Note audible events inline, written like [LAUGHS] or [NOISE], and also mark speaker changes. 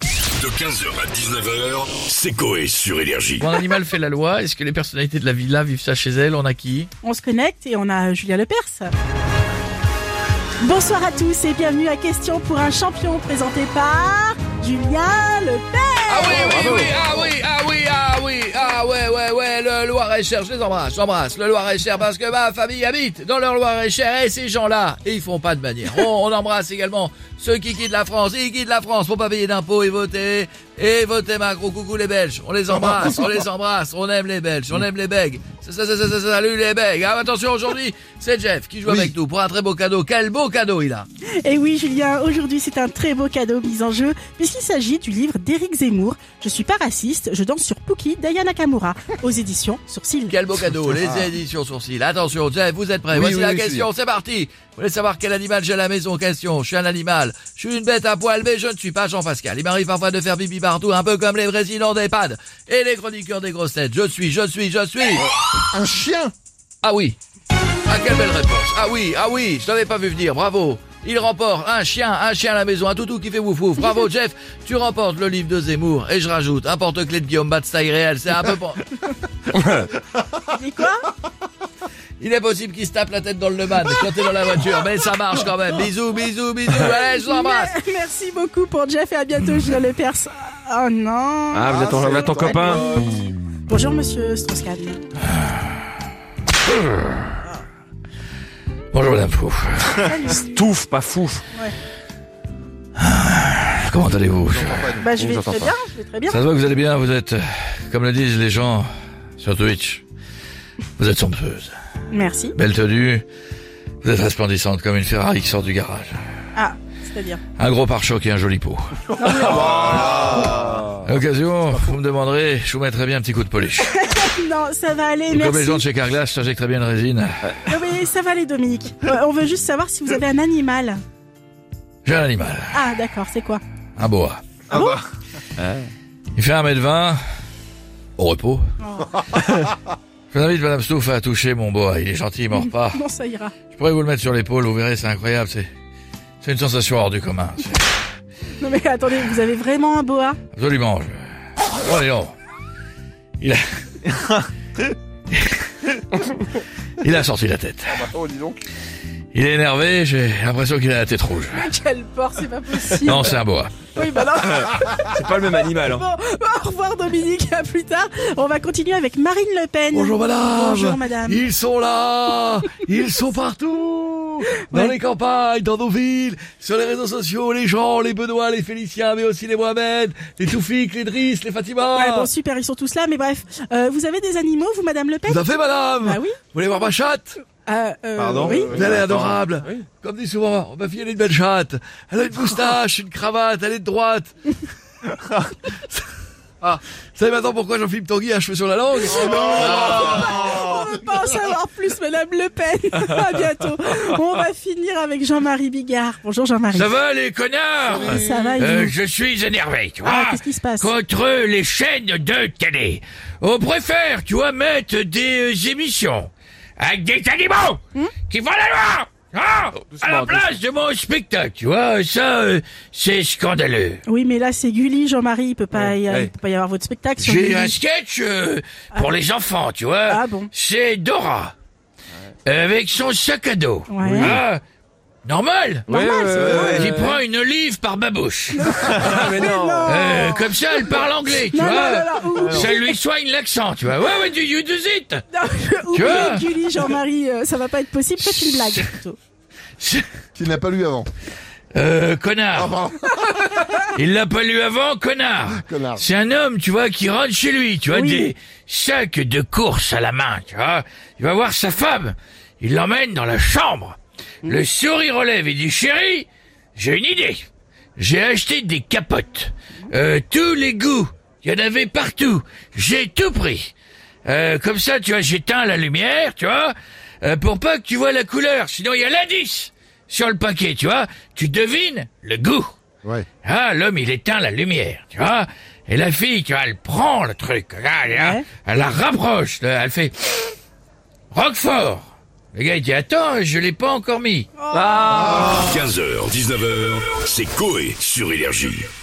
Speaker 1: De 15h à 19h, c'est Coé sur Énergie.
Speaker 2: Mon animal fait la loi. Est-ce que les personnalités de la villa vivent ça chez elles On a qui
Speaker 3: On se connecte et on a Julien Lepers. Bonsoir à tous et bienvenue à Question pour un champion présenté par Julien Lepers.
Speaker 2: Ah oui, oui, oui, ah oui, ah oui, ah oui, ah ouais, ouais, ouais, le Loir-et-Cher, je les embrasse, j'embrasse le Loir-et-Cher parce que ma famille habite dans leur Loir-et-Cher et ces gens-là, ils font pas de manière. On, on embrasse également ceux qui quittent la France, ils quittent la France pour pas payer d'impôts et voter, et voter Macron, coucou les Belges, on les embrasse, on les embrasse, on aime les Belges, on aime les Bègues. Ça, ça, ça, ça, ça, Salut les Bègues. Ah, attention, aujourd'hui, c'est Jeff qui joue avec nous pour un très beau cadeau. Quel beau cadeau il a
Speaker 3: Et oui Julien, aujourd'hui c'est un très beau cadeau mis en jeu puisqu'il s'agit du livre d'Éric Zemmour, Je suis pas raciste, je danse sur Pookie d'Aya Nakamura aux éditions Sourcil.
Speaker 2: Quel beau
Speaker 4: [LAUGHS]
Speaker 2: cadeau, les éditions sourcils. Attention, Jeff, vous êtes prêts.
Speaker 4: Ah. Oui,
Speaker 2: Voici
Speaker 4: oui,
Speaker 2: la
Speaker 4: oui, je suis
Speaker 2: question, c'est parti. Vous voulez savoir quel animal j'ai à la maison Question, je suis un animal. Je suis une bête à poil, mais je ne suis pas Jean-Pascal. Il m'arrive parfois de faire bibi partout, un peu comme les présidents d'EHPAD et les chroniqueurs des grosses têtes. Je suis, je suis, je suis.
Speaker 4: Un chien
Speaker 2: Ah oui. Ah, quelle belle réponse. Ah oui, ah oui, je t'avais pas vu venir, bravo. Il remporte un chien, un chien à la maison, un toutou qui fait wouf wouf. Bravo
Speaker 4: [LAUGHS]
Speaker 2: Jeff, tu remportes le livre de Zemmour. Et je rajoute un porte-clés de Guillaume Batstaille réel, c'est
Speaker 4: [LAUGHS]
Speaker 2: un peu... pen-
Speaker 3: Et quoi
Speaker 5: [LAUGHS]
Speaker 2: Il est possible qu'il se tape la tête dans le leman quand t'es dans la voiture, mais ça marche quand même. Bisous, bisous, bisous. Allez, je t'embrasse.
Speaker 3: Merci beaucoup pour Jeff et à bientôt Julien Lepers. Oh non.
Speaker 5: Ah, vous êtes ton, vous êtes ton copain
Speaker 3: Bonjour monsieur Strauss-Kahn.
Speaker 2: Bonjour Madame Fouf.
Speaker 5: Touffe, pas fou.
Speaker 2: Comment allez-vous
Speaker 3: Bah je
Speaker 5: On
Speaker 3: vais
Speaker 5: vous entend
Speaker 3: très
Speaker 5: pas.
Speaker 3: bien, je vais très bien.
Speaker 2: Ça se voit que vous allez bien. Vous êtes, euh, comme le disent les gens sur Twitch, vous êtes somptueuse,
Speaker 3: Merci.
Speaker 2: belle tenue. Vous êtes resplendissante comme une Ferrari qui sort du garage.
Speaker 3: Ah, c'est-à-dire.
Speaker 2: Un gros pare-choc et un joli pot. À l'occasion, vous me demanderez, je vous mettrai bien un petit coup de polish.
Speaker 3: Non, ça va aller,
Speaker 2: Et comme les
Speaker 3: merci.
Speaker 2: gens de chez Carglass, je t'injecterai bien de résine.
Speaker 3: Oui, ça va aller Dominique. Euh, On veut juste savoir si vous avez un animal.
Speaker 2: J'ai un animal,
Speaker 3: Ah d'accord, c'est quoi
Speaker 2: un boa.
Speaker 3: Ah bon
Speaker 2: Il fait 1m20 au repos. [LAUGHS] Je vous invite Madame Stouff à toucher mon boa. Il est gentil, il mord
Speaker 3: [LAUGHS]
Speaker 2: pas.
Speaker 3: Non, ça ira.
Speaker 2: Je pourrais vous le mettre sur l'épaule, vous verrez, c'est incroyable. C'est, c'est une sensation hors du commun. C'est
Speaker 3: Non mais attendez, vous avez vraiment un boa [LAUGHS]
Speaker 2: absolument. Je... Oh, allez, non. Il a. [LAUGHS] Il a sorti la tête.
Speaker 4: Oh, dis donc.
Speaker 2: Il est énervé, j'ai l'impression qu'il a la tête rouge.
Speaker 3: Quel porc, c'est pas possible.
Speaker 2: Non, c'est un boa. [LAUGHS]
Speaker 3: Oui, bah non.
Speaker 5: C'est pas le même animal. hein.
Speaker 3: Bon, au revoir Dominique, à plus tard. On va continuer avec Marine Le Pen.
Speaker 2: Bonjour madame.
Speaker 3: Bonjour madame.
Speaker 2: Ils sont là. Ils sont partout. Dans
Speaker 3: Ouais.
Speaker 2: les campagnes, dans nos villes, sur les réseaux sociaux, les gens, les Benoît, les Féliciens, mais aussi les Mohamed, les Toufik, les Driss, les Fatima.
Speaker 3: Ouais, bon, super, ils sont tous là, mais bref. Euh, vous avez des animaux, vous, madame Le Pen
Speaker 2: Tout à fait, madame.
Speaker 3: Ah oui
Speaker 2: Vous voulez voir ma chatte
Speaker 3: Euh, euh,
Speaker 4: Pardon
Speaker 3: Oui.
Speaker 4: Oui.
Speaker 2: Elle est
Speaker 4: attends.
Speaker 2: adorable.
Speaker 4: Oui.
Speaker 2: Comme dit souvent, ma fille, elle est une belle chatte. Elle a une moustache, une cravate, elle est de
Speaker 3: [LAUGHS]
Speaker 2: droite. ah, vous savez maintenant pourquoi Jean-Philippe Tanguy a un cheveu sur la langue
Speaker 3: Oh, On veut pas en savoir plus, madame Le Pen. [LAUGHS] à bientôt. On va finir avec Jean-Marie Bigard. Bonjour Jean-Marie.
Speaker 6: Ça va les connards
Speaker 3: Ah, Ça va, il
Speaker 6: Euh,
Speaker 3: est-
Speaker 6: Je suis énervé, tu vois.
Speaker 3: Ah, qu'est-ce qui se passe
Speaker 6: Contre les chaînes de télé. On préfère, tu vois, mettre des euh, émissions avec des animaux
Speaker 3: Hmm
Speaker 6: qui font la loi hein, à la place de mon spectacle, tu vois, ça, euh, c'est scandaleux.
Speaker 3: Oui, mais là, c'est Gulli, Jean-Marie. Il peut pas, y, il peut pas y avoir votre spectacle. sur
Speaker 6: J'ai
Speaker 3: Gulli.
Speaker 6: un sketch euh, pour les enfants, tu vois.
Speaker 3: Ah bon
Speaker 6: C'est Dora. Avec son sac à dos.
Speaker 3: Ouais.
Speaker 6: Ah, normal.
Speaker 3: Normal, c'est normal.
Speaker 6: J'y prends une olive par ma bouche.
Speaker 5: Ah, mais non.
Speaker 6: Euh, comme ça, elle parle anglais, tu
Speaker 3: Non,
Speaker 6: vois.
Speaker 3: non, non, non,
Speaker 6: Ça lui soigne l'accent, tu vois. Ouais, ouais, do you do it?
Speaker 3: [LAUGHS] ou-
Speaker 6: Tu vois
Speaker 3: Oubliez Gulli, Jean-Marie, euh, ça va pas être possible. Faites une blague, plutôt.
Speaker 4: Tu ne l'as pas lu avant. Ah bah,
Speaker 6: Euh, connard. Il l'a pas lu avant, connard.
Speaker 4: Connard.
Speaker 6: C'est un homme, tu vois, qui rentre chez lui, tu vois,
Speaker 3: Oui.
Speaker 6: des sacs de course à la main, tu vois. Il va voir sa femme. Il l'emmène dans la chambre. Le sourire relève et dit, chérie, j'ai une idée. J'ai acheté des capotes. Euh, tous les goûts. Il y en avait partout. J'ai tout pris. Euh, comme ça, tu vois, j'éteins la lumière, tu vois, euh, pour pas que tu vois la couleur. Sinon, il y a l'indice sur le paquet, tu vois. Tu devines le goût.
Speaker 4: Ouais.
Speaker 6: Ah, l'homme, il éteint la lumière, tu vois. Et la fille, tu vois, elle prend le truc. Regarde, hein,
Speaker 3: Ouais.
Speaker 6: elle la rapproche. là, Elle fait... Roquefort Le gars, il dit, attends, je l'ai pas encore mis.
Speaker 1: 15h, 19h, c'est Coé sur Énergie.